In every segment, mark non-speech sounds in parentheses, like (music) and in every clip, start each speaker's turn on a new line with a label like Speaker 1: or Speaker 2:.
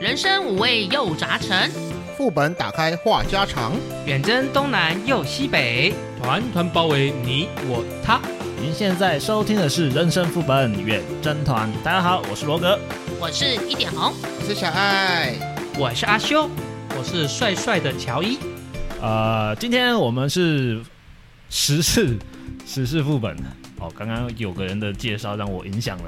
Speaker 1: 人生五味又杂陈，
Speaker 2: 副本打开话家常，
Speaker 3: 远征东南又西北，
Speaker 4: 团团包围你我他。
Speaker 5: 您现在收听的是《人生副本远征团》，大家好，我是罗格。
Speaker 1: 我是一点红，
Speaker 2: 我是小爱。
Speaker 3: 我是阿修， (laughs) 我是帅帅的乔伊。
Speaker 5: 呃，今天我们是时事时事副本哦。刚刚有个人的介绍让我影响了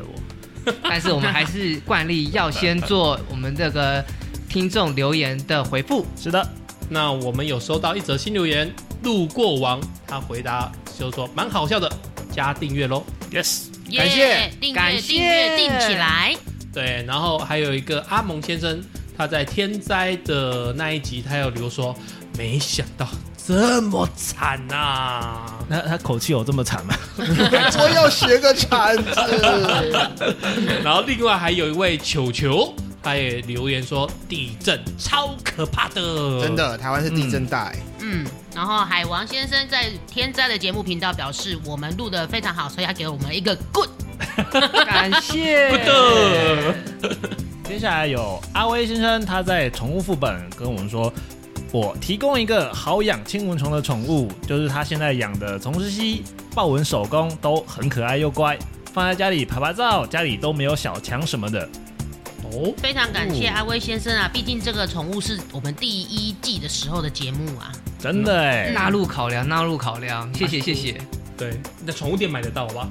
Speaker 5: 我，
Speaker 3: 但是我们还是惯例要先做我们这个听众留言的回复。
Speaker 5: 是的，
Speaker 4: 那我们有收到一则新留言，路过王他回答就说蛮好笑的，加订阅喽。
Speaker 5: Yes，
Speaker 1: 耶、
Speaker 2: 谢
Speaker 1: 订
Speaker 3: 感
Speaker 1: 阅
Speaker 3: 谢
Speaker 1: 订阅订起来，
Speaker 4: 对，然后还有一个阿蒙先生，他在天灾的那一集，他有留说，没想到这么惨呐、啊。 (laughs)
Speaker 5: 那他口气有这么惨吗？ (laughs)
Speaker 2: 我要学个铲
Speaker 3: (laughs)
Speaker 2: 子。
Speaker 4: 然后另外还有一位球球，他也留言说地震超可怕的，
Speaker 2: 真。的，台湾是地震带。
Speaker 1: 嗯。然后海王先生在天灾的节目频道表示，我们录的非常好，所以他给我们一个 good。
Speaker 3: 感谢。
Speaker 4: 不得
Speaker 5: 接下来有阿威先生，他在宠物副本跟我们说，我提供一个好养青蚊虫的宠物，就是他现在养的虫石蜥、豹纹手工都很可爱又乖，放在家里拍拍照，家里都没有小强什么的。
Speaker 4: 哦，
Speaker 1: 非常感谢阿威先生啊，毕竟这个宠物是我们第一季的时候的节目啊。
Speaker 5: 真的哎、
Speaker 3: 纳入考量，纳入考量，谢谢谢谢。
Speaker 4: 对，那宠物店买得到好吧？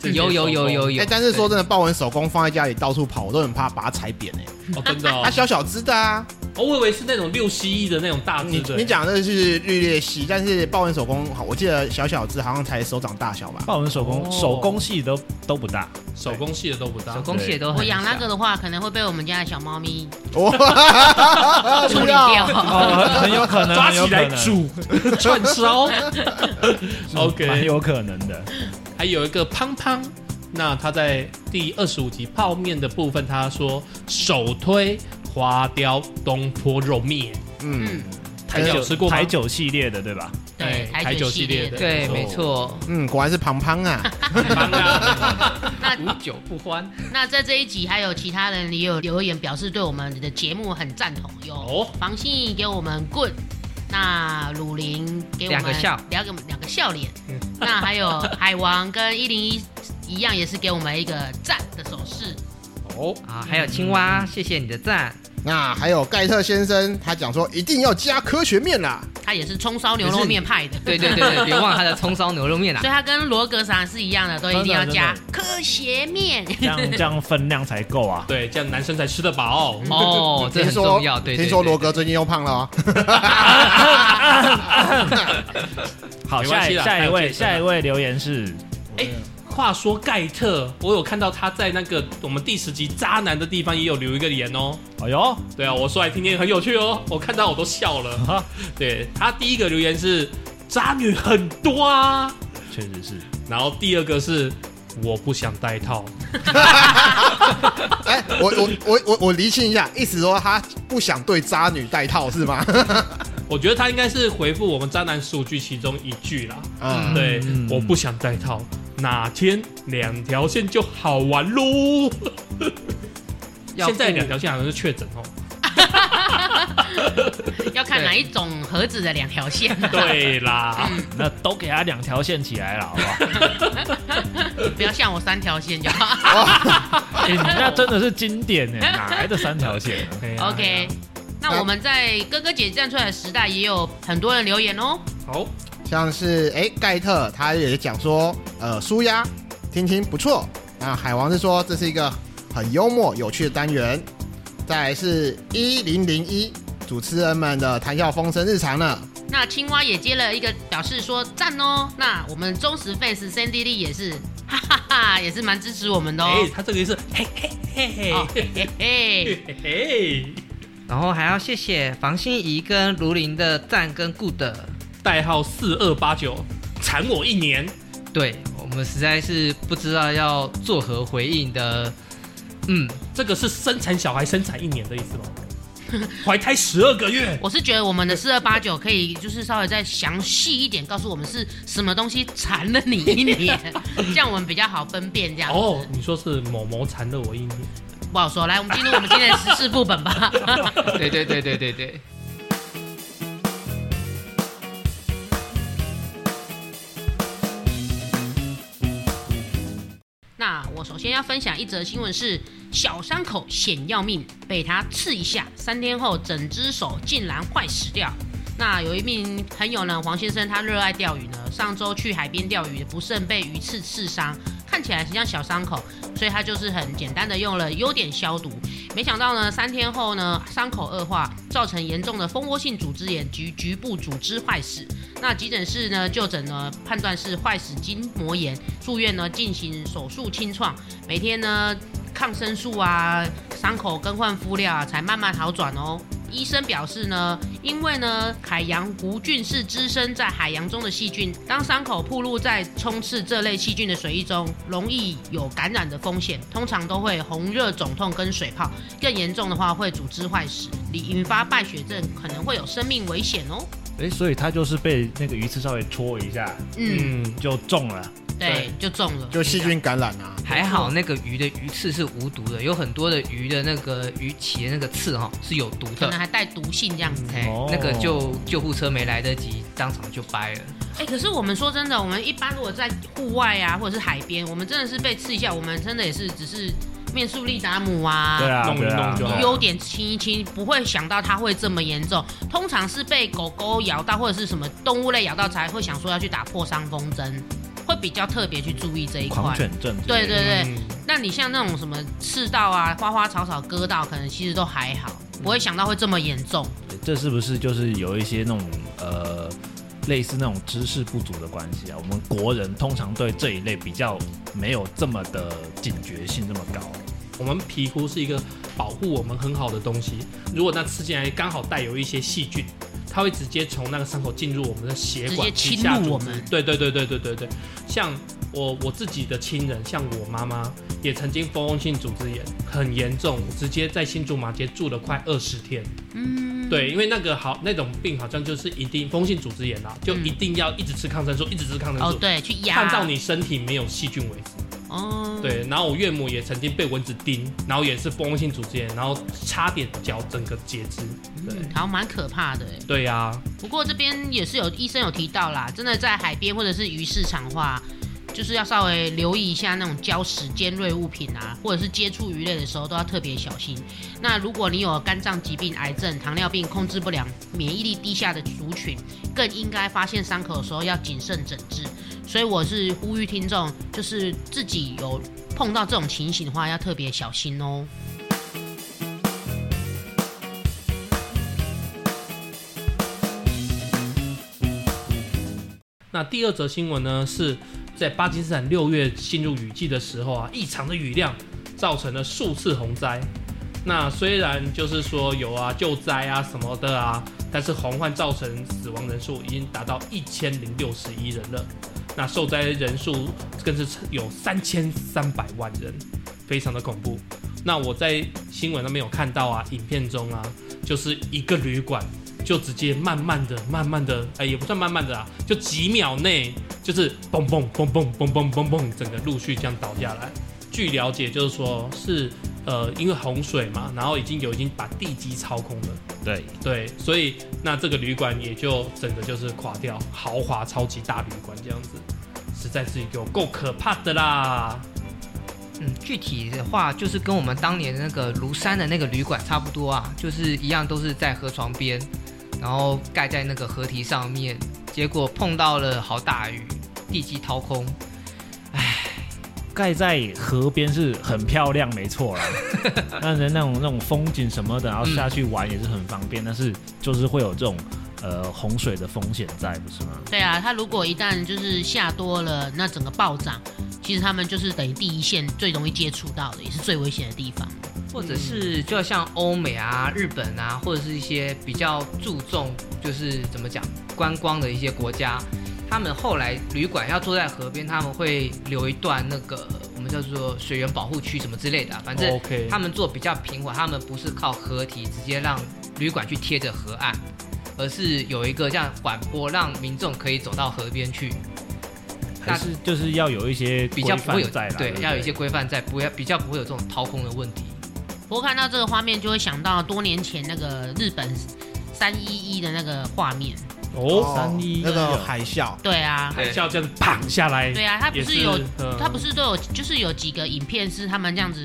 Speaker 4: 自己
Speaker 3: 有有有有有
Speaker 2: 哎，，但是说真的，豹纹手工放在家里到处跑，我都很怕把它踩扁哎。
Speaker 4: 哦，真
Speaker 3: (laughs)
Speaker 4: 的哦
Speaker 2: 它，小小只的啊，
Speaker 4: 哦我以为是那种六蜥蜴的那种大
Speaker 3: 嗯
Speaker 4: 只
Speaker 2: 你
Speaker 4: 的。
Speaker 2: 你讲的是绿鬣蜥，但是豹纹手工，好我记得小小只好像才手掌大小
Speaker 3: (laughs)
Speaker 2: 吧。
Speaker 5: 豹纹手工、
Speaker 4: 哦
Speaker 5: 手工系都都不大，
Speaker 4: 手工系的都
Speaker 2: 啊
Speaker 4: 不大，
Speaker 3: 手工蟹都哦很
Speaker 1: 我养那
Speaker 3: 小
Speaker 1: 个的话，可能会被我们家的小猫咪
Speaker 2: 哦哇，
Speaker 1: 处理
Speaker 2: 不要
Speaker 1: 掉。
Speaker 5: 哦，很很有可能，
Speaker 4: 抓
Speaker 5: 很有
Speaker 4: 起
Speaker 5: 可
Speaker 4: 来
Speaker 5: 能，嗯
Speaker 4: 煮串烧。
Speaker 5: 蛮
Speaker 4: OK，
Speaker 5: 有可能的。
Speaker 4: 还有一个胖胖，那他在第二十五集泡面的部分，他说手推花雕东坡肉面，
Speaker 2: 嗯
Speaker 1: 嗯，
Speaker 4: 台酒吃过吗
Speaker 5: 台？酒系列的对
Speaker 4: (laughs)
Speaker 5: 吧？
Speaker 1: 对，
Speaker 4: 哎
Speaker 1: 台
Speaker 4: 台
Speaker 1: 酒
Speaker 4: 酒
Speaker 1: 系
Speaker 4: 系
Speaker 1: 列
Speaker 4: 列
Speaker 1: 的
Speaker 4: 的。
Speaker 3: 对，没错。
Speaker 2: 嗯，果然是庞庞啊。
Speaker 4: 忙啊
Speaker 1: 那
Speaker 3: 无酒不欢，
Speaker 1: 那在这一集还有其他人也有留言表示对我们的节目很赞同，有
Speaker 4: 哦
Speaker 1: 房心怡给我们棍，那鲁林给我们
Speaker 3: 两个笑，
Speaker 1: 两个两个笑脸
Speaker 4: 嗯，
Speaker 1: (laughs) 那还有海王跟一零一一样，也是给我们一个赞的手势。
Speaker 4: 哦，。
Speaker 3: 啊，还有青蛙，谢谢你的赞。
Speaker 2: 那啊还有盖特先生，他讲说一定要加科学面啦。
Speaker 1: 他也是葱烧牛肉面派的，
Speaker 3: 对对对 (laughs) 对，别忘了他的葱烧牛肉面啊
Speaker 1: (laughs) 所以。他跟罗格啥是一样的，都一定要加科学面。
Speaker 5: 这样这样分量才够啊
Speaker 4: 对，这样男生才吃得饱。
Speaker 3: 哦，这
Speaker 2: 听
Speaker 3: 很
Speaker 2: 说
Speaker 3: 重要。对，对
Speaker 2: 听说
Speaker 3: 对
Speaker 2: 罗格最近又胖了哦。
Speaker 5: 好，下
Speaker 4: 没关
Speaker 5: 一
Speaker 4: 系啦
Speaker 5: 下一
Speaker 4: 还有
Speaker 5: 位
Speaker 4: 健身啊
Speaker 5: 下一位留言是
Speaker 4: 哎，话说盖特，我有看到他在那个我们第十集渣男的地方也有留一个言哦。
Speaker 5: 哎呦，
Speaker 4: 对啊，我说来听听，很有趣哦。我看到我都笑了。 (laughs) 对他第一个留言是渣女很多啊，
Speaker 5: 确实是，
Speaker 4: 然后第二个是我不想戴套，
Speaker 2: 哎，我我我我我厘清一下，意思说他不想对渣女戴套是吗？
Speaker 4: 我觉得他应该是回复我们渣男数据其中一句啦。
Speaker 2: 嗯，
Speaker 4: 对，
Speaker 5: 嗯
Speaker 4: 我不想戴套，哪天两条线就好玩喽。
Speaker 3: 要
Speaker 4: 现在
Speaker 3: 付
Speaker 4: 两条线好像是确诊哦。
Speaker 1: (laughs) 要看哪一种盒子的两条线，
Speaker 4: 对啦，
Speaker 5: 嗯那都给他两条线起来了，好不
Speaker 4: (laughs)
Speaker 5: 好？
Speaker 1: 不要像我三条线就好。
Speaker 5: 哎，你那真的是经典呢，哪来的三条
Speaker 4: (laughs)
Speaker 5: 线啊呢？
Speaker 4: 哎
Speaker 3: 啊
Speaker 4: 呀
Speaker 1: OK，那我啊们在哥哥姐站出来的时代也有很多人留言哦。
Speaker 4: 好，
Speaker 2: 像是哎盖特他也讲说，呃，舒压，听听不错。那海王是说这是一个很幽默有趣的单元。再来是一零零一主持人们的谈笑风生日常了。
Speaker 1: 那青蛙也接了一个表示说赞哦。那我们忠实 fans Sandy Lee 也是，哈哈哈，也是蛮支持我们的哦。
Speaker 4: 哎，他这个是嘿嘿嘿
Speaker 1: 哦
Speaker 4: 嘿
Speaker 1: 嘿嘿，
Speaker 4: 嘿嘿，
Speaker 3: 然后还要谢谢房心怡跟卢林的赞跟 good，
Speaker 4: 代号四二八九，缠我一年。
Speaker 3: 对我们实在是不知道要作何回应的。嗯，
Speaker 4: 这个是生产小孩生产一年的意思吗？ (laughs) 怀胎十二个月，
Speaker 1: 我是觉得我们的四二八九可以就是稍微再详细一点，告诉我们是什么东西缠了 (laughs)
Speaker 4: 哦
Speaker 1: 你一年，这样我们比较好分辨。这样子
Speaker 4: 哦，你说是某某缠了我一年，
Speaker 1: 不好说。来，我们进入我们今天的时事副本吧。
Speaker 3: 对对对对对对，
Speaker 1: 那我首先要分享一则新闻是：小伤口险要命，被他刺一下，三天后整只手竟然坏死掉。那有一名朋友呢，黄先生，他热爱钓鱼呢，上周去海边钓鱼，不慎被鱼刺刺伤，看起来很像小伤口，所以他就是很简单的用了优点消毒。没想到呢，三天后呢，伤口恶化，造成严重的蜂窝性组织炎及局部组织坏死。那急诊室呢就诊呢判断是坏死筋膜炎，住院呢进行手术清创，每天呢抗生素啊，伤口更换敷料啊，才慢慢好转哦。医生表示呢，因为呢海洋弧菌是滋生在海洋中的细菌，当伤口暴露在充斥这类细菌的水域中，容易有感染的风险，通常都会红热、肿痛跟水泡，更严重的话会组织坏死，引发败血症，可能会有生命危险哦。
Speaker 5: 哎，所以他就是被那个鱼刺稍微戳一下
Speaker 1: 嗯
Speaker 4: 嗯，
Speaker 5: 就中了，
Speaker 1: 对，就中了，
Speaker 2: 就细菌感染啊。
Speaker 3: 还好那个鱼的鱼刺是无毒的，有很多的鱼的那个鱼鳍的那个刺哈、是有毒
Speaker 1: 可能
Speaker 3: 的，
Speaker 1: 还带毒性这样子。
Speaker 3: 哎、
Speaker 5: 哦
Speaker 3: 那个就救护车没来得及，当场就掰了。
Speaker 1: 哎、可是我们说真的，我们一般如果在户外啊，或者是海边，我们真的是被刺一下，我们真的也是只是面速利达姆啊。
Speaker 5: 对啊，
Speaker 4: 弄一
Speaker 5: 对啊
Speaker 4: 弄就好
Speaker 1: 优点清一清，不会想到它会这么严重。通常是被狗狗咬到或者是什么动物类咬到，才会想说要去打破伤风针，会比较特别去注意这一块
Speaker 5: 狂。犬症之
Speaker 1: 对
Speaker 5: 类的，
Speaker 1: 对对，
Speaker 4: 嗯
Speaker 1: 那你像那种什么刺到啊、花花草草割到，可能其实都还好，不会想到会这么严重。
Speaker 5: 这是不是就是有一些那种呃类似那种知识不足的关系啊？我们国人通常对这一类比较没有这么的警觉性这么高，
Speaker 4: 我们皮肤是一个保护我们很好的东西，如果那刺进来刚好带有一些细菌，它会直接从那个伤口进入我们的血管，
Speaker 1: 直接
Speaker 4: 皮
Speaker 1: 侵
Speaker 4: 下
Speaker 1: 入
Speaker 4: 组
Speaker 1: 我
Speaker 4: 织
Speaker 1: 们
Speaker 4: 对对对对对对对，像我我自己的亲人，像我妈妈也曾经蜂窝性组织炎，很严重，直接在新竹马街住了快二十天。
Speaker 1: 嗯，
Speaker 4: 对，因为那个好那种病好像就是一定蜂窝性组织炎啦，啊就
Speaker 1: 嗯
Speaker 4: 一定要一直吃抗生素，一直吃抗生
Speaker 1: 哦
Speaker 4: 素，
Speaker 1: 对，去压
Speaker 4: 看到你身体没有细菌为止。
Speaker 1: 哦，
Speaker 4: 对，然后我岳母也曾经被蚊子叮，然后也是蜂窝性组织炎，然后差点脚整个截肢。对，
Speaker 1: 嗯，好像蛮可怕的欸。
Speaker 4: 对呀、
Speaker 1: 不过这边也是有医生有提到啦，真的在海边或者是鱼市场的话，就是要稍微留意一下那种礁石、尖锐物品啊，或者是接触鱼类的时候都要特别小心。那如果你有肝脏疾病、癌症、糖尿病、控制不良、免疫力低下的族群，更应该发现伤口的时候要谨慎诊治。所以我是呼吁听众，就是自己有碰到这种情形的话，要特别小心哦。
Speaker 4: 那第二则新闻呢，是在巴基斯坦六月进入雨季的时候啊，异常的雨量造成了数次洪灾。那虽然就是说有啊救灾啊什么的啊，但是洪患造成死亡人数已经达到一千零六十一人了，那受灾人数更是有三千三百万人，非常的恐怖。那我在新闻那边有看到啊，影片中啊，就是一个旅馆就直接慢慢的、慢慢的，哎、也不算慢慢的啊，就几秒内，就是嘣嘣嘣嘣嘣嘣嘣嘣，整个陆续这样倒下来。据了解，就是说是呃，因为洪水嘛，然后已经有已经把地基操控了，
Speaker 5: 对，
Speaker 4: 对，所以那这个旅馆也就整个就是垮掉，豪华超级大旅馆这样子，实在是有够可怕的啦。
Speaker 3: 嗯，具体的话就是跟我们当年那个庐山的那个旅馆差不多啊，就是一样都是在河床边，然后盖在那个河堤上面，结果碰到了好大雨，地基掏空，
Speaker 5: 盖在河边是很漂亮，没
Speaker 3: (laughs)
Speaker 5: 错啦。那人那种那种风景什么的，然后下去玩也是很方便，但是就是会有这种呃洪水的风险在，不是吗？
Speaker 1: 对啊，它如果一旦就是下多了，那整个暴涨，其实他们就是等于第一线最容易接触到的，也是最危险的地方。
Speaker 3: 或者是就像欧美啊、日本啊，或者是一些比较注重就是怎么讲观光的一些国家，他们后来旅馆要坐在河边，他们会留一段那个我们叫做水源保护区什么之类的啊、反正
Speaker 4: OK，
Speaker 3: 他们做比较平缓，他们不是靠河堤直接让旅馆去贴着河岸，而是有一个这样缓坡，让民众可以走到河边去，那
Speaker 5: 还是就是要有一些
Speaker 3: 比较不会
Speaker 5: 规
Speaker 3: 有
Speaker 5: 范在啦，
Speaker 3: 对，
Speaker 5: 不
Speaker 3: 要有一些规范在，不要比较不会有这种掏空的问题。
Speaker 1: 不过看到这个画面，就会想到多年前那个日本三一一的那个画面。
Speaker 4: 哦，
Speaker 5: 三一
Speaker 2: 那个海啸，
Speaker 1: 对啊，
Speaker 4: 海啸这样砰下来，
Speaker 1: 对啊，它不
Speaker 4: 也
Speaker 1: 是有，
Speaker 4: 呃
Speaker 1: 它不是都有，就是有几个影片是他们这样子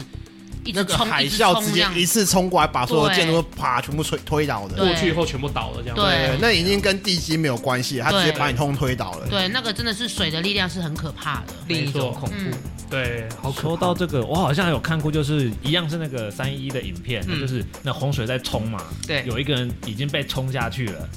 Speaker 1: 一
Speaker 2: 那
Speaker 1: 直
Speaker 2: 个
Speaker 1: 冲，
Speaker 2: 海
Speaker 1: 一直
Speaker 2: 啸
Speaker 1: 冲
Speaker 2: 直
Speaker 1: 这
Speaker 2: 接
Speaker 1: 样。
Speaker 2: 一次冲过来，把所有
Speaker 1: 对
Speaker 2: 建筑物啪全部推推倒了。
Speaker 4: 过去以后全部倒了这样。
Speaker 1: 对
Speaker 2: 那已经跟地基没有关系，它直接
Speaker 1: 对
Speaker 2: 把你通推倒了。
Speaker 1: 对，那个真的是水的力量是很可怕的。
Speaker 3: 另一种
Speaker 4: 没错
Speaker 3: 恐怖。
Speaker 1: 嗯，
Speaker 4: 对，好可
Speaker 5: 说
Speaker 4: 怕
Speaker 5: 到这个，我好像有看过，就是一样是那个三一的影片，
Speaker 3: 嗯哎
Speaker 5: 就是那洪水在冲嘛，
Speaker 3: 对，
Speaker 5: 有一个人已经被冲下去了，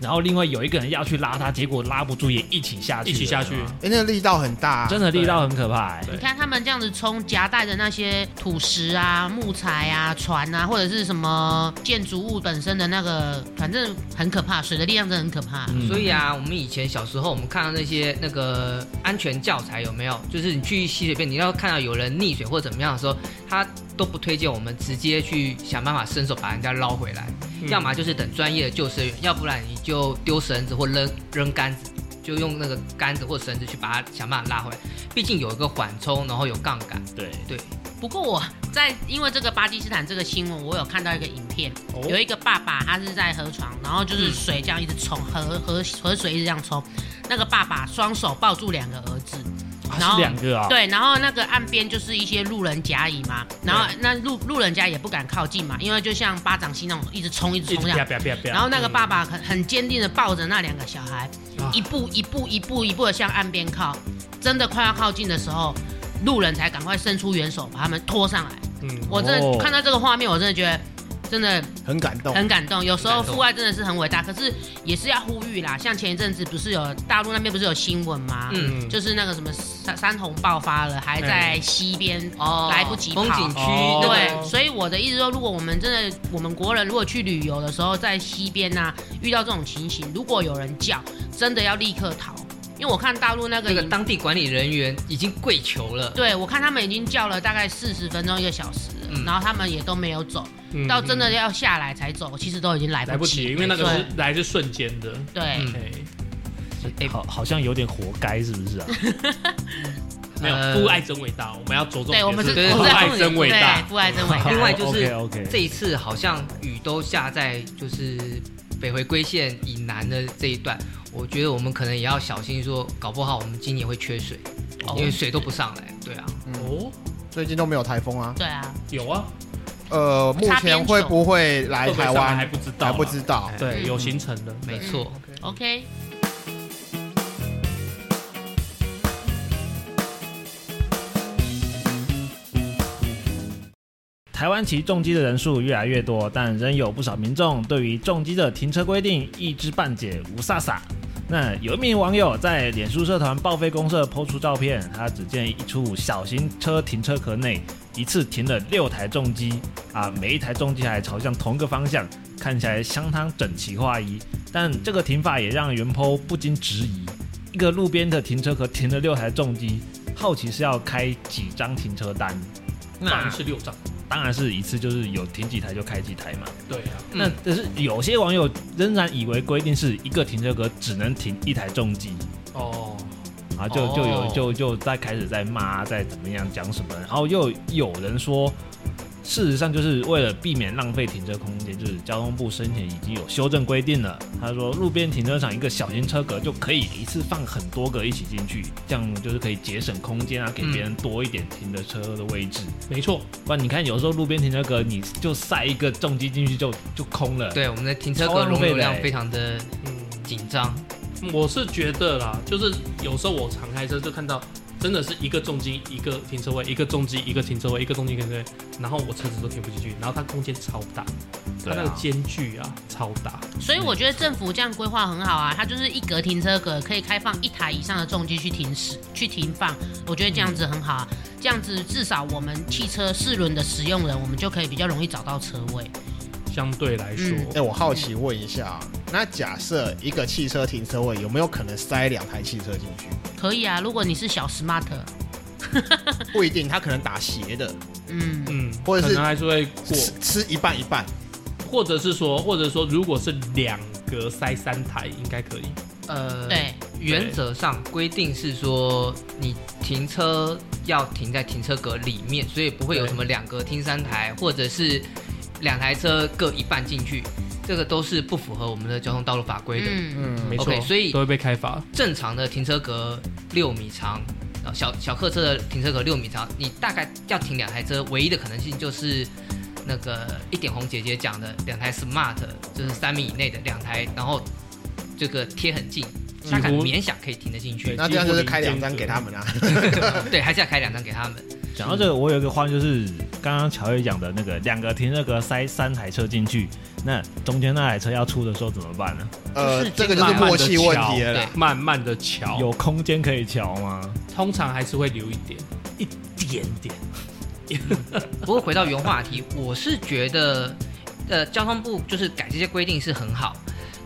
Speaker 5: 然后另外有一个人要去拉他，结果拉不住也一起下去了，
Speaker 4: 一起下去
Speaker 5: 是吗
Speaker 2: 哎，那个力道很大，
Speaker 5: 真的力道很可怕、欸。
Speaker 4: 对
Speaker 1: 你看他们这样子冲，夹带的那些土石啊、木材啊、船啊，或者是什么建筑物本身的那个，反正很可怕，水的力量真的很可怕。
Speaker 5: 嗯
Speaker 3: 所以啊，我们以前小时候，我们看到那些那个安全教材有没有？就是你去溪水边，你要看到有人溺水或怎么样的时候，他都不推荐我们直接去想办法伸手把人家捞回来，
Speaker 4: 嗯
Speaker 3: 要么就是等专业的救生员，要不然你就丢绳子或扔扔杆子，就用那个杆子或绳子去把他想办法拉回来。毕竟有一个缓冲，然后有杠杆，
Speaker 5: 对，
Speaker 3: 对，
Speaker 1: 不过我在因为这个巴基斯坦这个新闻，我有看到一个影片，
Speaker 4: 哦
Speaker 1: 有一个爸爸他是在河床，然后
Speaker 5: 嗯
Speaker 1: 就是水这样一直冲，河河河水一直这样冲，那个爸爸双手抱住两个儿子，
Speaker 5: 啊
Speaker 1: 然后
Speaker 5: 是两个啊，
Speaker 1: 对，然后那个岸边就是一些路人甲乙嘛，然后那路路人甲也不敢靠近嘛，因为就像巴掌心那种一直冲一直
Speaker 4: 一直
Speaker 1: 冲这样
Speaker 4: 啪。啪啪啪，
Speaker 1: 然后那个爸爸很很坚定的抱着那两个小孩，
Speaker 4: 啊
Speaker 1: 一步一步一步一步的向岸边靠，真的快要靠近的时候，路人才赶快伸出援手把他们拖上来。
Speaker 4: 嗯，
Speaker 1: 我真
Speaker 5: 哦
Speaker 1: 的看到这个画面，我真的觉得真的
Speaker 2: 很感动。
Speaker 1: 很感动。有时候
Speaker 3: 很感动
Speaker 1: 父爱真的是很伟大，可是也是要呼吁啦。像前一阵子不是有大陆那边不是有新闻吗？
Speaker 3: 嗯
Speaker 4: 就
Speaker 1: 就是那个什么山山洪爆发了，还在西边。
Speaker 3: 哦
Speaker 1: 来不及跑
Speaker 3: 风景区
Speaker 4: 哦
Speaker 3: 那个
Speaker 1: 对，所以我的意思说，如果我们真的我们国人如果去旅游的时候，在西边呐、遇到这种情形，如果有人叫，真的要立刻逃，因为我看大陆那个
Speaker 3: 那个
Speaker 1: 影
Speaker 3: 当地管理人员已经跪求了。
Speaker 1: 对我看他们已经叫了大概四十分钟一个小时了，
Speaker 3: 嗯
Speaker 1: 然后他们也都没有走，
Speaker 4: 嗯
Speaker 1: 到真的要下来才走，其实都已经来
Speaker 4: 来不及，
Speaker 1: 及，
Speaker 4: 因为那个
Speaker 1: 对
Speaker 4: 是来是瞬间的。
Speaker 1: 对
Speaker 3: 嗯
Speaker 4: 哎
Speaker 5: 哎好好像有点活该，是不是啊？
Speaker 4: 没
Speaker 3: 呃
Speaker 4: 有，父爱真伟大，我们要着重
Speaker 1: 对，我们是
Speaker 4: 点
Speaker 3: 对
Speaker 4: 父
Speaker 1: 我们在
Speaker 4: 爱真伟大
Speaker 1: 对，。父爱真伟大。
Speaker 3: 另外就是
Speaker 5: OK，
Speaker 3: 这一次好像雨都下在就是北回归线以南的这一段，我觉得我们可能也要小心说，搞不好我们今年会缺水，
Speaker 4: 哦
Speaker 3: 因为水都不上来。对啊，
Speaker 2: 嗯，
Speaker 4: 哦，
Speaker 2: 最近都没有台风啊。
Speaker 1: 对啊，
Speaker 4: 有啊，
Speaker 2: 呃，目
Speaker 1: 擦边
Speaker 2: 前
Speaker 1: 球
Speaker 2: 会不会来
Speaker 4: 会不会
Speaker 2: 台
Speaker 4: 上
Speaker 2: 湾
Speaker 4: 还不知道，啊
Speaker 2: 还不知。道。
Speaker 4: 对，
Speaker 1: 嗯
Speaker 4: 有行程的，
Speaker 3: 没错。
Speaker 1: OK，
Speaker 5: 台湾骑重机的人数越来越多，但仍有不少民众对于重机的停车规定一知半解，无飒飒。那有一名网友在脸书社团报废公社抛出照片，他只见一处小型车停车壳内一次停了六台重机，啊，每一台重机还朝向同一个方向，看起来相当整齐划一。但这个停法也让原抛不禁质疑：一个路边的停车壳停了六台重机，好奇是要开几张停车单？
Speaker 4: 当然是六张。
Speaker 5: 当然是一次就是有停几台就开几台嘛。
Speaker 4: 对啊，
Speaker 3: 嗯
Speaker 5: 那但是有些网友仍然以为规定是一个停车格只能停一台重机，
Speaker 4: 哦，
Speaker 5: 然后就
Speaker 3: 哦
Speaker 5: 就有就就在开始在骂，在怎么样讲什么，然后又有人说。事实上，就是为了避免浪费停车空间，就是交通部生前已经有修正规定了。他说，路边停车场一个小型车格就可以一次放很多个一起进去，这样就是可以节省空间啊，给别人多一点停的车的位置。
Speaker 4: 没错，
Speaker 5: 不然你看，有时候路边停车格你就塞一个重机进去就就空了。，
Speaker 3: 对，我们的停车格容
Speaker 5: 超浪费
Speaker 3: 流
Speaker 5: 的
Speaker 3: 量
Speaker 5: 欸
Speaker 3: 非常的
Speaker 4: 嗯，
Speaker 3: 紧张。
Speaker 4: 我是觉得啦，就是有时候我常开车就看到，真的是一个重机一个停车位，一个重机一个停车位，一个重机一个停车位，然后我车子都停不进去，然后它空间超大，它
Speaker 5: 对
Speaker 4: 那
Speaker 5: 啊
Speaker 4: 个间距啊超大，
Speaker 1: 所以我觉得政府这样规划很好啊，它就是一格停车格可以开放一台以上的重机去停驶、去停放，我觉得这样子很好啊。这样子至少我们汽车四轮的使用人，我们就可以比较容易找到车位。
Speaker 4: 相对来说，
Speaker 1: 嗯
Speaker 2: 哎，我好奇问一下啊，那假设一个汽车停车位有没有可能塞两台汽车进去？
Speaker 1: 可以啊，如果你是小 smart，
Speaker 2: 不一定，它可能打斜的，
Speaker 1: 嗯，
Speaker 4: 嗯，
Speaker 2: 或者是
Speaker 4: 可能还是会过，
Speaker 2: 吃吃一半一半。
Speaker 4: 或者是说，或者说，如果是两格塞三台，应该可以。
Speaker 3: 呃，，
Speaker 1: 对，
Speaker 3: 原则上规定是说，你停车要停在停车格里面，所以不会有什么两格停三台，或者是两台车各一半进去，这个都是不符合我们的交通道路法规的。
Speaker 1: 嗯，
Speaker 2: 嗯
Speaker 4: 没错
Speaker 3: OK，所以
Speaker 4: 都会被开罚。
Speaker 3: 正常的停车格六米长，呃，小小客车的停车格六米长，你大概要停两台车，唯一的可能性就是那个一点红姐姐讲的两台 smart，就是
Speaker 4: 嗯
Speaker 3: 三米以内的两台，然后这个贴很近，
Speaker 4: 几
Speaker 3: 大
Speaker 4: 乎
Speaker 3: 概勉强可以停得进去。
Speaker 2: 那这样就是开两张给他们啊，
Speaker 3: 对，还是要开两张给他们。
Speaker 5: 讲到这个，我有一个话就是刚刚乔叶讲的那个，两个停车格塞三台车进去，那中间那台车要出的时候怎么办呢？
Speaker 2: 呃，
Speaker 3: 就是
Speaker 2: 这个就是默契问题了啦。
Speaker 4: 慢慢的瞧，
Speaker 5: 有空间可以瞧吗？
Speaker 4: 通常还是会留一点。
Speaker 5: 一点点，
Speaker 3: 不过回到原话题， (laughs) 我是觉得，呃，交通部就是改这些规定是很好。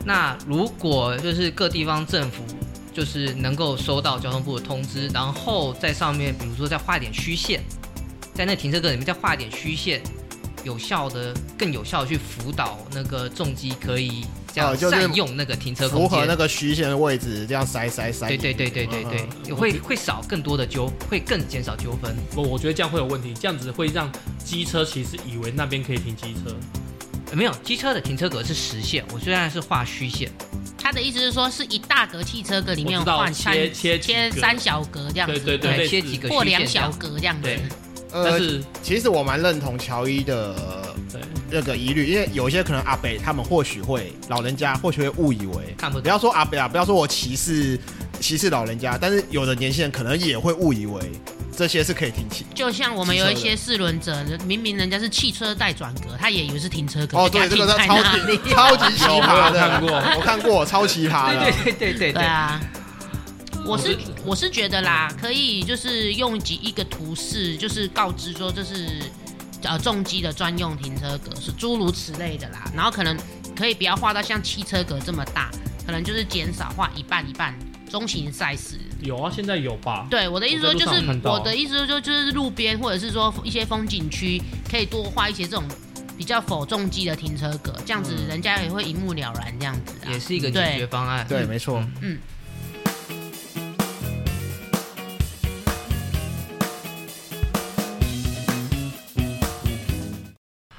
Speaker 3: 那如果就是各地方政府就是能够收到交通部的通知，然后在上面，比如说再画一点虚线，在那停车格里面再画一点虚线，有效的、更有效的去辅导那个重机可以这样
Speaker 2: 哦就是
Speaker 3: 善用那个停车
Speaker 2: 符
Speaker 3: 空
Speaker 2: 合
Speaker 3: 间。
Speaker 2: 那个虚线的位置，这样塞塞塞。
Speaker 3: 哦对对对对对对
Speaker 2: 嗯，
Speaker 3: 也会会少更多的纠，会更减少纠纷。
Speaker 4: 我我觉得这样会有问题，这样子会让机车其实以为那边可以停机车，
Speaker 3: 呃没有机车的停车格是实线，我虽然是画虚线。
Speaker 1: 他的意思是说，是一大格汽车格里面
Speaker 4: 我知道
Speaker 1: 换三
Speaker 4: 切嗯切几
Speaker 1: 切
Speaker 4: 格
Speaker 1: 三小格这样子，
Speaker 4: 对对
Speaker 3: 对，
Speaker 4: 类似
Speaker 3: 切几个
Speaker 1: 或
Speaker 3: 虚线
Speaker 1: 两
Speaker 3: 这样
Speaker 1: 小格这样子
Speaker 4: 对。但
Speaker 2: 呃，
Speaker 4: 是
Speaker 2: 其实我蛮认同乔伊的呃
Speaker 4: 对
Speaker 2: 那个疑虑，因为有一些可能阿北他们或许会老人家或许会误以为，
Speaker 3: 看不
Speaker 2: 不
Speaker 3: 懂。
Speaker 2: 要说阿北啊，不要说我歧视歧视老人家，但是有的年轻人可能也会误以为这些是可以停起。
Speaker 1: 就像我们有一些四轮者，明明人家是汽车带转格，他也以为是停车格，
Speaker 2: 哦，
Speaker 1: 就给
Speaker 2: 对，
Speaker 1: 他
Speaker 2: 这个
Speaker 1: 停在
Speaker 2: 超
Speaker 1: 那
Speaker 2: 级
Speaker 1: 里。
Speaker 2: (laughs) 超级奇葩的，
Speaker 4: 有我有看
Speaker 2: 我看过，超奇葩的。
Speaker 3: 对对对对
Speaker 1: 对
Speaker 3: 对，
Speaker 1: 啊，我是
Speaker 4: 我是
Speaker 1: 我是觉得啦，可以就是用几一个图示，就是告知说这是呃重机的专用停车格，是诸如此类的啦。然后可能可以不要画到像汽车格这么大，可能就是减少画一半一半中型 size。
Speaker 4: 有啊，现在有吧？
Speaker 1: 对我的意思说，
Speaker 4: 我在
Speaker 1: 就
Speaker 4: 路上
Speaker 1: 是
Speaker 4: 看到
Speaker 1: 我的意思说，就是路边或者是说一些风景区，可以多画一些这种比较否重机的停车格，这样子人家也会一目了然这样子啊
Speaker 3: 也。是一个解决方案。
Speaker 2: 对，没错。
Speaker 1: 嗯。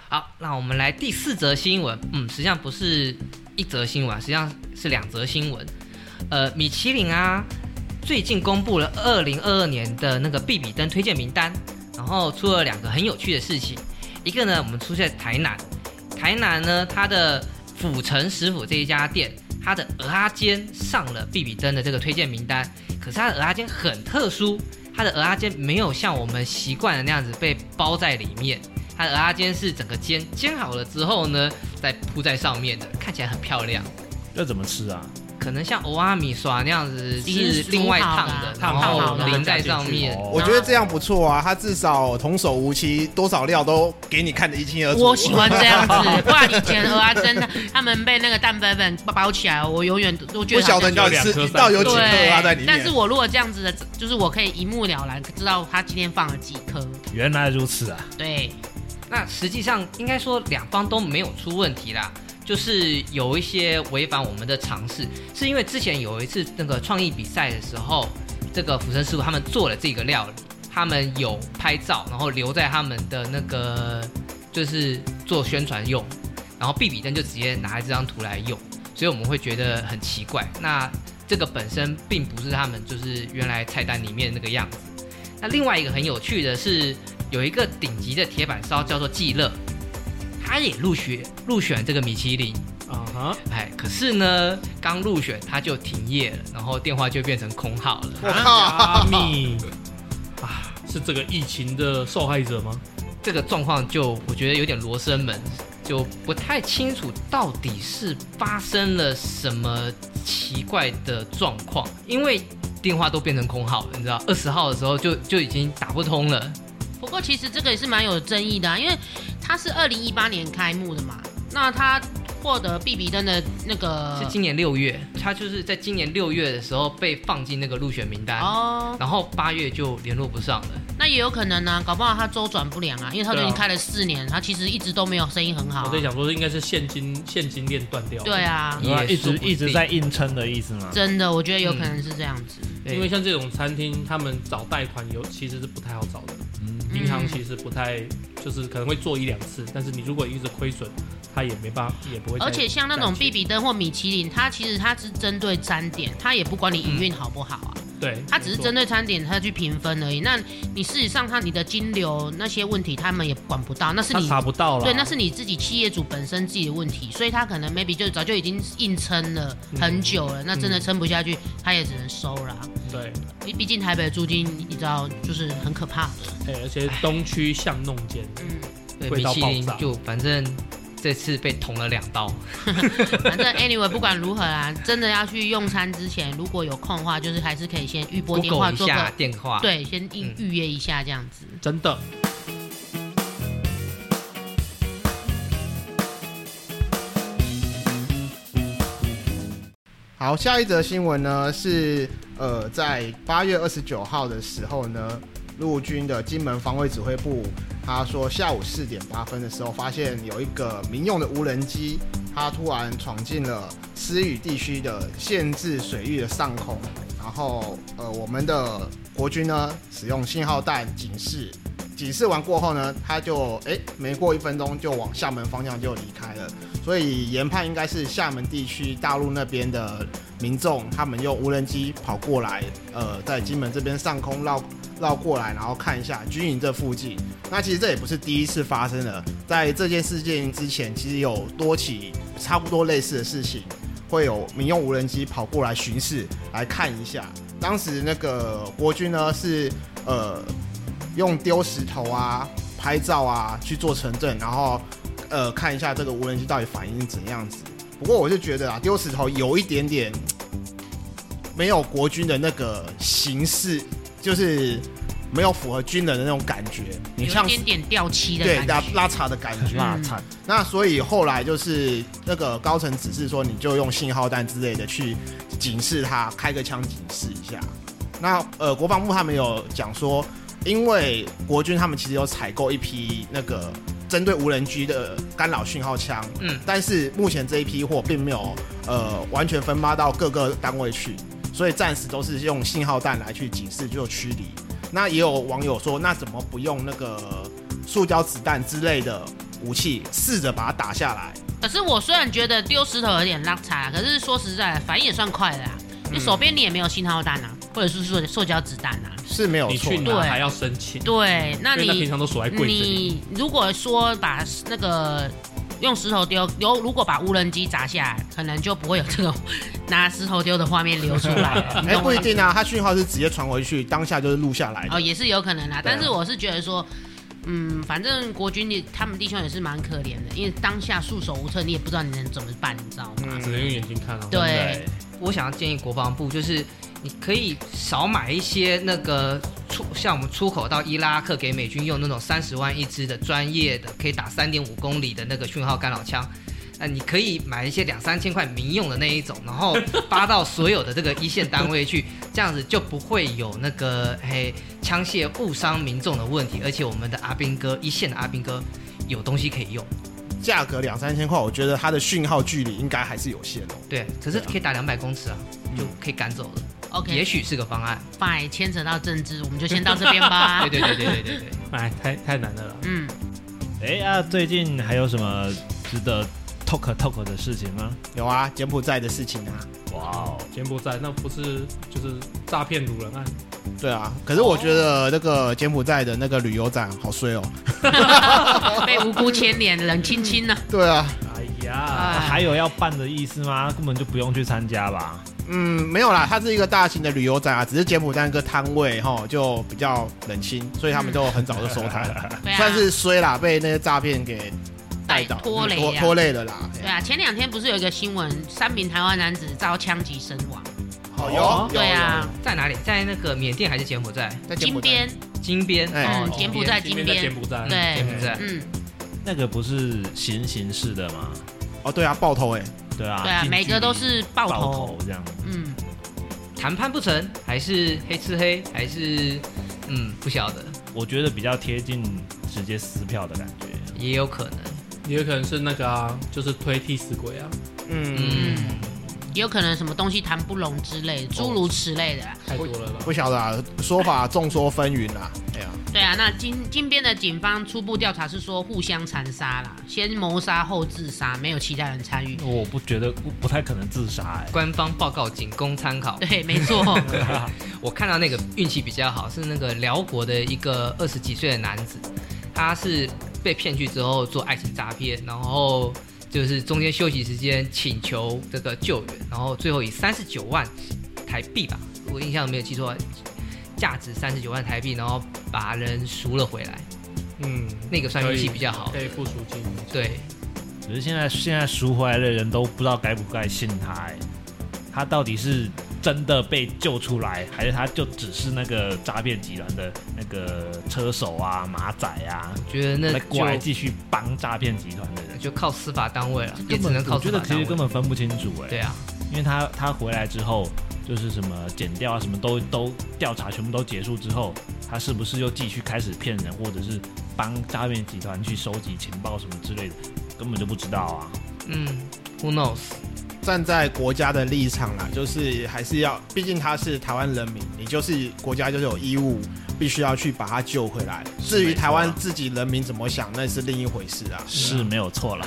Speaker 3: 好，那我们来第四则新闻。嗯，实际上不是一则新闻，实际上是两则新闻。呃，米其林啊，最近公布了二零二二年的那个必比登推荐名单，然后出了两个很有趣的事情。一个呢，我们出现在台南，台南呢，它的府城食府这一家店，它的鹅阿煎上了必比登的这个推荐名单。可是它的鹅阿煎很特殊，它的鹅阿煎没有像我们习惯的那样子被包在里面，它的鹅阿煎是整个煎煎好了之后呢，再铺在上面的，看起来很漂亮。
Speaker 5: 要怎么吃啊？
Speaker 3: 可能像欧阿米耍那样子
Speaker 1: 已经
Speaker 3: 是
Speaker 1: 煮
Speaker 3: 另外
Speaker 1: 好
Speaker 3: 烫
Speaker 1: 了
Speaker 3: 的，
Speaker 4: 烫
Speaker 3: 然
Speaker 1: 好
Speaker 3: 后
Speaker 1: 了
Speaker 3: 淋在上面。
Speaker 5: 哦
Speaker 2: 我觉得这样不错啊，他至少童叟无欺，多少料都给你看得一清二楚。
Speaker 1: 我喜欢这样子，不然以前鹅啊真的他们被那个蛋粉粉包起来，我永远都觉得
Speaker 2: 不晓
Speaker 1: 好
Speaker 2: 得
Speaker 1: 像
Speaker 2: 你到底
Speaker 4: 两颗
Speaker 2: 是
Speaker 4: 三颗
Speaker 2: 到底有几颗啊在
Speaker 1: 对，
Speaker 2: 里面。
Speaker 1: 但是我如果这样子的，就是我可以一目了然知道他今天放了几颗。
Speaker 5: 原来如此啊！
Speaker 1: 对，
Speaker 3: 那实际上应该说两方都没有出问题啦，就是有一些违反我们的常识，是因为之前有一次那个创意比赛的时候，这个福生师傅他们做了这个料理，他们有拍照，然后留在他们的那个就是做宣传用，然后毕比登就直接拿这张图来用，所以我们会觉得很奇怪。那这个本身并不是他们就是原来菜单里面那个样子。那另外一个很有趣的是，有一个顶级的铁板烧叫做季乐，它也入选入选这个米其林，
Speaker 4: 啊哈，
Speaker 3: 哎，可是呢，刚入选它就停业了，然后电话就变成空号了。
Speaker 2: 我靠
Speaker 4: 阿米啊，是这个疫情的受害者吗？
Speaker 3: 这个状况就我觉得有点罗生门，就不太清楚到底是发生了什么奇怪的状况，因为电话都变成空号了，你知道，二十号的时候就就已经打不通了。
Speaker 1: 不过其实这个也是蛮有争议的、啊，因为它是二零一八年开幕的嘛，那它获得毕比登的那个
Speaker 3: 是今年六月，他就是在今年六月的时候被放进那个入选名单，
Speaker 1: 哦，
Speaker 3: 然后八月就联络不上了。
Speaker 1: 那也有可能呢、啊搞不好他周转不良啊，因为他都已经开了四年，他其实一直都没有生意很好、
Speaker 4: 我
Speaker 1: 啊
Speaker 4: 在。想说，应该是现金现金链断掉。
Speaker 1: 对，啊，
Speaker 3: 也
Speaker 5: 一
Speaker 3: 说
Speaker 5: 直
Speaker 3: 不定
Speaker 5: 一直在硬撑的意思吗？
Speaker 1: 真的，我觉得有可能是这样子。
Speaker 3: 对
Speaker 4: 因为像这种餐厅，他们找贷款有其实是不太好找的，
Speaker 1: 嗯
Speaker 4: 银行其实不太就是可能会做一两次，但是你如果一直亏损，他也没办法，也不会再。
Speaker 1: 而且像那种必比登或米其林，它其实它是针对餐点，它也不管你
Speaker 4: 嗯
Speaker 1: 营运好不好啊，
Speaker 4: 对，
Speaker 1: 它只是针
Speaker 4: 的
Speaker 1: 对餐点它去评分而已。那你事实上它你的金流那些问题，他们也管不到，那是
Speaker 4: 他
Speaker 1: 你
Speaker 4: 查不到了。
Speaker 1: 对，那是你自己企业主本身自己的问题，所以他可能 maybe 就早就已经硬撑了
Speaker 4: 嗯
Speaker 1: 很久了，那真的撑不下去，他也只能收了啊。
Speaker 4: 对，
Speaker 1: 毕毕竟台北的租金你知道就是很可怕的，
Speaker 4: 哎、而且东区巷弄间，
Speaker 1: 嗯，
Speaker 3: 对，
Speaker 4: 贵
Speaker 3: 米
Speaker 4: 到
Speaker 3: 其
Speaker 4: 爆
Speaker 3: 林
Speaker 4: 炸
Speaker 3: 就反正这次被捅了两刀。
Speaker 1: 反正 anyway 不管如何啦，真的要去用餐之前，如果有空的话，就是还是可以先预拨电话
Speaker 3: Google 一
Speaker 1: 做
Speaker 3: 下
Speaker 1: 个
Speaker 3: 电话，，
Speaker 1: 对，先预
Speaker 3: 嗯
Speaker 1: 预约一下这样子。
Speaker 4: 真的。
Speaker 2: 好，下一则新闻呢是呃，在八月二十九号的时候呢，陆军的金门防卫指挥部他说，下午四点八分的时候，发现有一个民用的无人机，它突然闯进了私语地区的限制水域的上空，然后呃，我们的国军呢使用信号弹警示。警示完过后呢，他就诶没过一分钟就往厦门方向就离开了，所以研判应该是厦门地区大陆那边的民众，他们用无人机跑过来，呃，在金门这边上空绕绕过来，然后看一下军营这附近。那其实这也不是第一次发生了，在这件事件之前，其实有多起差不多类似的事情，会有民用无人机跑过来巡视来看一下。当时那个国军呢是呃用丢石头啊、拍照啊去做城镇，然后呃看一下这个无人机到底反应是怎样子。不过我是觉得啊，丢石头有一点点没有国军的那个形式，就是没有符合军人的那种感觉。你
Speaker 1: 有
Speaker 2: 像
Speaker 1: 一点点掉漆的
Speaker 2: 对
Speaker 1: 感
Speaker 2: 拉
Speaker 1: 觉，
Speaker 2: (laughs) 拉碴的感觉。
Speaker 5: 那惨，
Speaker 2: 那所以后来就是那个高层指示说，你就用信号弹之类的去警示他，开个枪警示一下。那呃，国防部他们有讲说，因为国军他们其实有采购一批那个针对无人机的干扰讯号枪，
Speaker 3: 嗯，
Speaker 2: 但是目前这一批货并没有呃完全分发到各个单位去，所以暂时都是用信号弹来去警示就驱离。那也有网友说，那怎么不用那个塑胶子弹之类的武器，试着把它打下来？
Speaker 1: 可是我虽然觉得丢石头有点拉差，可是说实在的，反应也算快的啦。
Speaker 2: 嗯
Speaker 1: 你手边你也没有信号弹啊，或者是说塑胶子弹啊。
Speaker 2: 是没有
Speaker 4: 你
Speaker 2: 错
Speaker 4: 去
Speaker 2: 的。
Speaker 4: 拿还要申请，
Speaker 1: 对，那
Speaker 4: 因为他
Speaker 1: 你
Speaker 4: 平常都锁在柜子里。
Speaker 1: 你如果说把那个用石头丢，有如果把无人机砸下来，可能就不会有这种 (laughs) 拿石头丢的画面流出来了。你
Speaker 2: 哎、
Speaker 1: 懂
Speaker 2: 不一
Speaker 1: 吗
Speaker 2: 定啊，他讯号是直接传回去，当下就是录下来的。
Speaker 1: 哦，也是有可能啦。
Speaker 2: 哎对啊
Speaker 1: 但是我是觉得说，嗯，反正国军的他们弟兄也是蛮可怜的，因为当下束手无策，你也不知道你能怎么办，你知道
Speaker 2: 嗯
Speaker 1: 吗？
Speaker 4: 只能用眼睛看啊。
Speaker 1: 对，
Speaker 3: 我想要建议国防部，就是你可以少买一些那个出，像我们出口到伊拉克给美军用那种三十万一支的专业的，可以打三点五公里的那个讯号干扰枪。那你可以买一些两三千块民用的那一种，然后发到所有的这个一线单位去， (laughs) 这样子就不会有那个嘿枪械误伤民众的问题。而且我们的阿兵哥一线的阿兵哥有东西可以用，
Speaker 2: 价格两三千块，我觉得它的讯号距离应该还是有限哦。
Speaker 3: 对，可是可以打两百公尺啊，就可以赶走了，也
Speaker 1: OK，
Speaker 3: 许是个方案。
Speaker 1: 拜牵扯到政治，我们就先到这边吧
Speaker 3: (laughs) 对。对对对对对对。
Speaker 4: 哎，太太难了啦。
Speaker 1: 嗯，
Speaker 5: 哎啊，最近还有什么值得 talk talk 的事情吗？
Speaker 2: 有啊，柬埔寨的事情啊，
Speaker 5: 哇哦，
Speaker 4: 柬埔寨那不是就是诈骗掳人案？
Speaker 2: 对啊。可是我觉得那个柬埔寨的那个旅游展好衰哦。
Speaker 1: 被无辜牵连，冷清清呢。
Speaker 2: 对啊，
Speaker 1: 啊
Speaker 4: 哎呀，
Speaker 5: 还有要办的意思吗？根本就不用去参加吧。
Speaker 2: 嗯，没有啦，它是一个大型的旅游展啊，只是柬埔寨那个摊位哈就比较冷清，所以他们就很早就收摊了，
Speaker 1: 对啊，
Speaker 2: 算是衰啦，被那些诈骗给带倒
Speaker 1: 拖累
Speaker 2: 拖
Speaker 1: 呀
Speaker 2: 拖累了啦。哎
Speaker 1: 对啊，前两天不是有一个新闻，三名台湾男子遭枪击身亡。
Speaker 2: 好哦有有
Speaker 1: 对啊，
Speaker 3: 在哪里？在那个缅甸还是柬埔寨？
Speaker 2: 有在柬
Speaker 1: 金
Speaker 2: 埔寨
Speaker 1: 边，
Speaker 3: 金边，
Speaker 2: 哎
Speaker 3: 哦
Speaker 1: 嗯，柬埔寨
Speaker 4: 今
Speaker 1: 金
Speaker 4: 天在
Speaker 1: 边
Speaker 4: 柬，埔寨，
Speaker 1: 对
Speaker 3: 柬埔寨。
Speaker 1: 嗯，
Speaker 5: 那个不是行刑式的吗？
Speaker 2: 哦，对啊，爆头哎、
Speaker 5: 对啊，
Speaker 1: 对啊，
Speaker 5: 近
Speaker 1: 每
Speaker 5: 距
Speaker 1: 个都
Speaker 5: 离
Speaker 1: 是爆
Speaker 5: 爆
Speaker 1: 头
Speaker 5: 头，这样。
Speaker 1: 嗯，
Speaker 3: 谈判不成，还是黑吃黑，还是嗯不晓得，
Speaker 5: 我觉得比较贴近直接撕票的感觉。
Speaker 3: 也有可能。
Speaker 4: 也有可能是那个啊，就是推替死鬼啊，
Speaker 2: 嗯，
Speaker 3: 嗯，
Speaker 1: 也有可能什么东西谈不拢之类，诸如此类的啦。
Speaker 4: 太多了吧？
Speaker 2: 不晓得啊，说法众说纷纭啦、哎呀、
Speaker 1: 对啊，那金金边的警方初步调查是说互相残杀啦，先谋杀后自杀，没有其他人参与。
Speaker 5: 我不觉得不不太可能自杀哎、
Speaker 3: 官方报告仅供参考。
Speaker 1: 对，没
Speaker 4: (laughs)
Speaker 1: 错，
Speaker 3: 我看到那个运气比较好，是那个辽国的一个二十几岁的男子，他是被骗去之后做爱情诈骗，然后就是中间休息时间请求这个救援，然后最后以三十九万台币吧，我印象没有记错，价值三十九万台币，然后把人赎了回来，
Speaker 4: 嗯，
Speaker 3: 那个算运气比较好
Speaker 4: 可。以付赎金。
Speaker 3: 对，
Speaker 5: 可是现在现在赎回来的人都不知道该不该信他哎、他到底是真的被救出来，还是他就只是那个诈骗集团的那个车手啊、马仔啊，
Speaker 3: 觉得那
Speaker 5: 来过来
Speaker 3: 就
Speaker 5: 继续帮诈骗集团的人？
Speaker 3: 就靠司法单位了，也
Speaker 5: 根
Speaker 3: 只
Speaker 5: 本
Speaker 3: 能靠
Speaker 5: 我觉
Speaker 3: 司
Speaker 5: 得
Speaker 3: 法
Speaker 5: 其
Speaker 3: 单
Speaker 5: 实
Speaker 3: 位。
Speaker 5: 根本分不清楚哎、
Speaker 3: 对啊，
Speaker 5: 因为他他回来之后，就是什么剪掉啊，什么都都调查全部都结束之后，他是不是又继续开始骗人，或者是帮诈骗集团去收集情报什么之类的，根本就不知道啊。
Speaker 3: 嗯，Who knows？
Speaker 2: 站在国家的立场啦，就是还是要，毕竟他是台湾人民，你就是国家就是有义务，必须要去把他救回来。至于
Speaker 5: 没错啊
Speaker 2: 台湾自己人民怎么想，那是另一回事啊。
Speaker 5: 是没有错
Speaker 4: (laughs)
Speaker 5: 啦，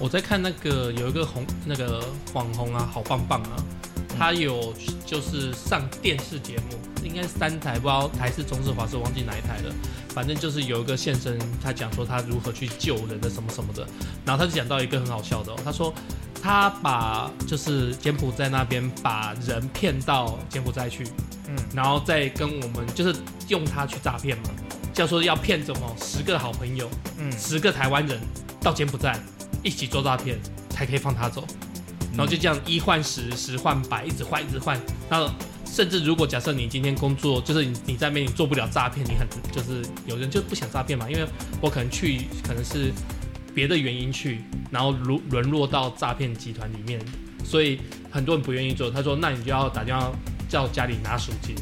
Speaker 4: 我在看那个有一个红那个网红啊，好棒棒啊，
Speaker 2: 嗯
Speaker 4: 他有就是上电视节目，应该是三台，不知道台是中视、华视，忘记哪一台了。反正就是有一个现身，他讲说他如何去救人的什么什么的，然后他就讲到一个很好笑的、哦，他说他把就是柬埔寨那边把人骗到柬埔寨去，
Speaker 2: 嗯，
Speaker 4: 然后再跟我们就是用他去诈骗嘛，叫说要骗什么十个好朋友，
Speaker 2: 嗯
Speaker 4: 十个台湾人到柬埔寨一起做诈骗，才可以放他走。
Speaker 5: 嗯
Speaker 4: 然后就这样一换十，十换百，一直换，一直换。然后甚至如果假设你今天工作，就是你你在那边你做不了诈骗，你很就是有人就不想诈骗嘛，因为我可能去可能是别的原因去，然后沦沦落到诈骗集团里面，所以很多人不愿意做。他说，那你就要打电话叫家里拿赎金，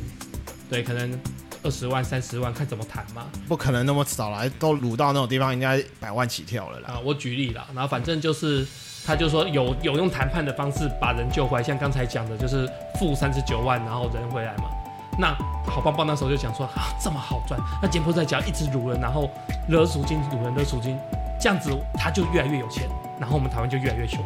Speaker 4: 对，可能二十万、三十万，看怎么谈嘛。
Speaker 2: 不可能那么少啦，都掳到那种地方，应该百万起跳了啦。
Speaker 4: 啊，我举例啦，然后反正就是，他就说有有用谈判的方式把人救回来，像刚才讲的，就是付三十九万，然后人回来嘛。那好棒棒那时候就讲说啊，这么好赚，那柬埔寨只要一直掳人，然后勒赎金掳人勒赎金，这样子他就越来越有钱，然后我们台湾就越来越穷。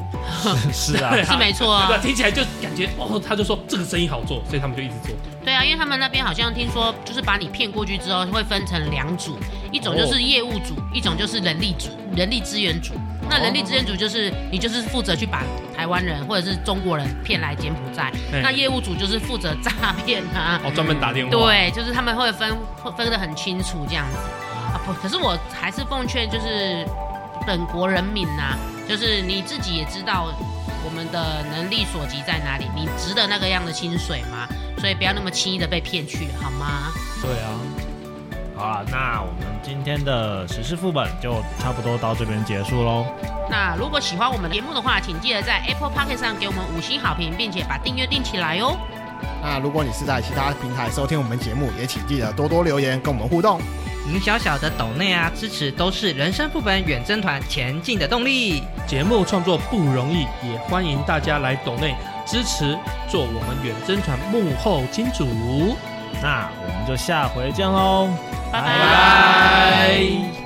Speaker 5: 是啊
Speaker 4: 对，啊
Speaker 1: 是没错
Speaker 4: 对吧
Speaker 1: 啊。
Speaker 4: 听起来就感觉哦，他就说这个生意好做，所以他们就一直做。
Speaker 1: 对啊，因为他们那边好像听说，就是把你骗过去之后，会分成两组，一种就是业务组，一种就是人力组、人力资源组。那人力资源组就是你就是负责去把台湾人或者是中国人骗来柬埔寨，
Speaker 4: 哎
Speaker 1: 那业务组就是负责诈骗啊，
Speaker 4: 哦，专门打电话。
Speaker 1: 对，就是他们会分会分得很清楚这样子啊。不，可是我还是奉劝就是本国人民呐、就是你自己也知道我们的能力所及在哪里，你值得那个样的薪水吗？所以不要那么轻易的被骗去，好吗？
Speaker 4: 对啊，
Speaker 5: 好了，那我们今天的时事副本就差不多到这边结束喽。
Speaker 1: 那如果喜欢我们的节目的话，请记得在 Apple p o c k e t 上给我们五星好评，并且把订阅订起来哦。
Speaker 2: 那如果你是在其他平台收听我们节目，也请记得多多留言跟我们互动。
Speaker 3: 您小小的抖内啊，支持都是人生副本远征团前进的动力。
Speaker 4: 节目创作不容易，也欢迎大家来抖内支持，做我们远征团幕后金主。
Speaker 5: 那我们就下回见喽，
Speaker 1: 拜拜
Speaker 5: 拜